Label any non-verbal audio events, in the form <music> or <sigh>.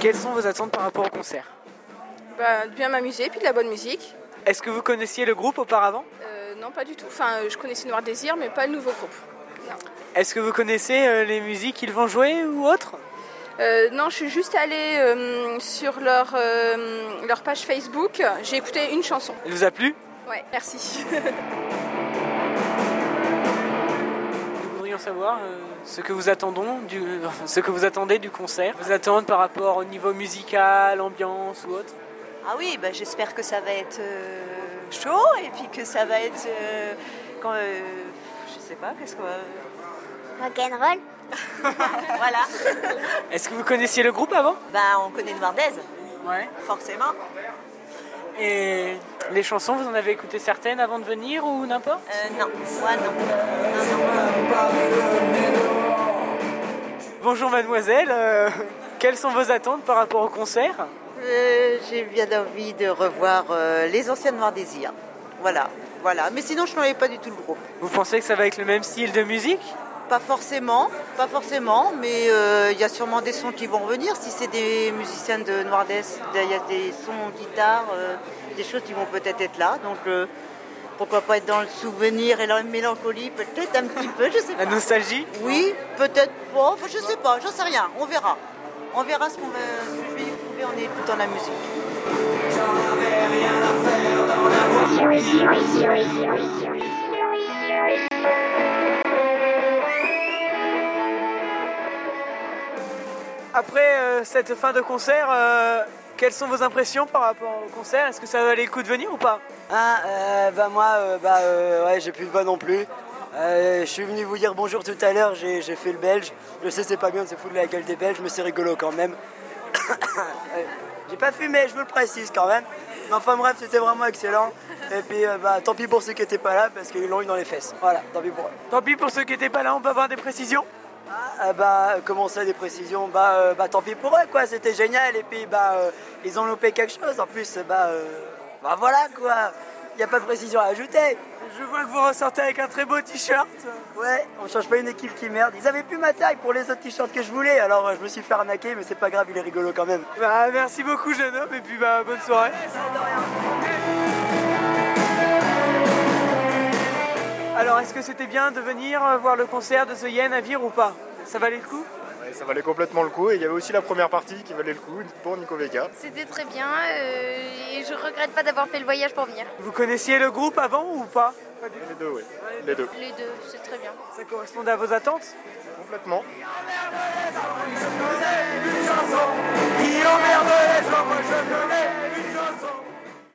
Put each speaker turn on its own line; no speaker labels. Quelles sont vos attentes par rapport au concert
Bah, de bien m'amuser, puis de la bonne musique.
Est-ce que vous connaissiez le groupe auparavant
Euh, non, pas du tout. Enfin, je connaissais Noir Désir, mais pas le nouveau groupe.
Est-ce que vous connaissez euh, les musiques qu'ils vont jouer ou autres
Euh, non, je suis juste allée euh, sur leur, euh, leur page Facebook. J'ai écouté une chanson.
Elle vous a plu
Ouais, merci.
Nous voudrions savoir euh, ce que vous attendons du, euh, enfin, ce que vous attendez du concert. Vous attendez par rapport au niveau musical, ambiance ou autre.
Ah oui, bah, j'espère que ça va être euh, chaud et puis que ça va être. euh, quand, euh, je sais pas, qu'est-ce qu'on va.
Rock'n'roll
<laughs> voilà.
Est-ce que vous connaissiez le groupe avant
Bah, on connaît Noirdaise,
Ouais.
forcément.
Et les chansons, vous en avez écouté certaines avant de venir ou n'importe
Euh, non, moi non. Non, non.
Bonjour mademoiselle, euh, quelles sont vos attentes par rapport au concert
Euh, J'ai bien envie de revoir euh, les anciens Noirs Désirs. Voilà, voilà. Mais sinon, je n'avais pas du tout le groupe.
Vous pensez que ça va être le même style de musique
Pas forcément, pas forcément, mais euh, il y a sûrement des sons qui vont revenir. Si c'est des musiciens de Noirs d'Est, il y a des sons guitare, euh, des choses qui vont peut-être être là. Donc, euh, pourquoi pas être dans le souvenir et dans la mélancolie, peut-être un petit peu, je sais
La
pas.
nostalgie
Oui, peut-être pas, enfin, je sais pas, j'en sais rien, on verra. On verra ce, qu'on va, ce que je vais découvrir en écoutant la musique.
Après euh, cette fin de concert, euh, quelles sont vos impressions par rapport au concert Est-ce que ça valait le coup de venir ou pas
Hein, euh, bah moi, euh, bah euh, ouais, j'ai plus de voix non plus. Euh, je suis venu vous dire bonjour tout à l'heure, j'ai j'ai fait le belge. Je sais, c'est pas bien de se foutre de la gueule des belges, mais c'est rigolo quand même. <coughs> Euh, j'ai pas fumé, je vous le précise quand même. Mais enfin bref, c'était vraiment excellent. Et puis, euh, bah, tant pis pour ceux qui étaient pas là, parce qu'ils l'ont eu dans les fesses. Voilà, tant pis pour eux.
Tant pis pour ceux qui n'étaient pas là, on peut avoir des précisions
Ah, bah, comment ça, des précisions bah, euh, bah, tant pis pour eux, quoi, c'était génial. Et puis, bah, euh, ils ont loupé quelque chose. En plus, bah, euh, bah voilà, quoi. Il a pas de précision à ajouter.
Je vois que vous ressortez avec un très beau t-shirt.
Ouais, on change pas une équipe qui merde. Ils avaient plus ma taille pour les autres t-shirts que je voulais, alors euh, je me suis fait arnaquer, mais c'est pas grave, il est rigolo quand même.
Bah, merci beaucoup jeune homme et puis bah, bonne soirée. Alors est-ce que c'était bien de venir euh, voir le concert de The Yen à Vire ou pas Ça valait le coup
Ouais, ça valait complètement le coup et il y avait aussi la première partie qui valait le coup pour Nico Vega.
<laughs> C'était très bien euh, et je regrette pas d'avoir fait le voyage pour venir.
Vous connaissiez le groupe avant ou pas
Les deux, oui. Les deux.
Les deux, c'est très bien.
Ça correspondait à vos attentes
Complètement.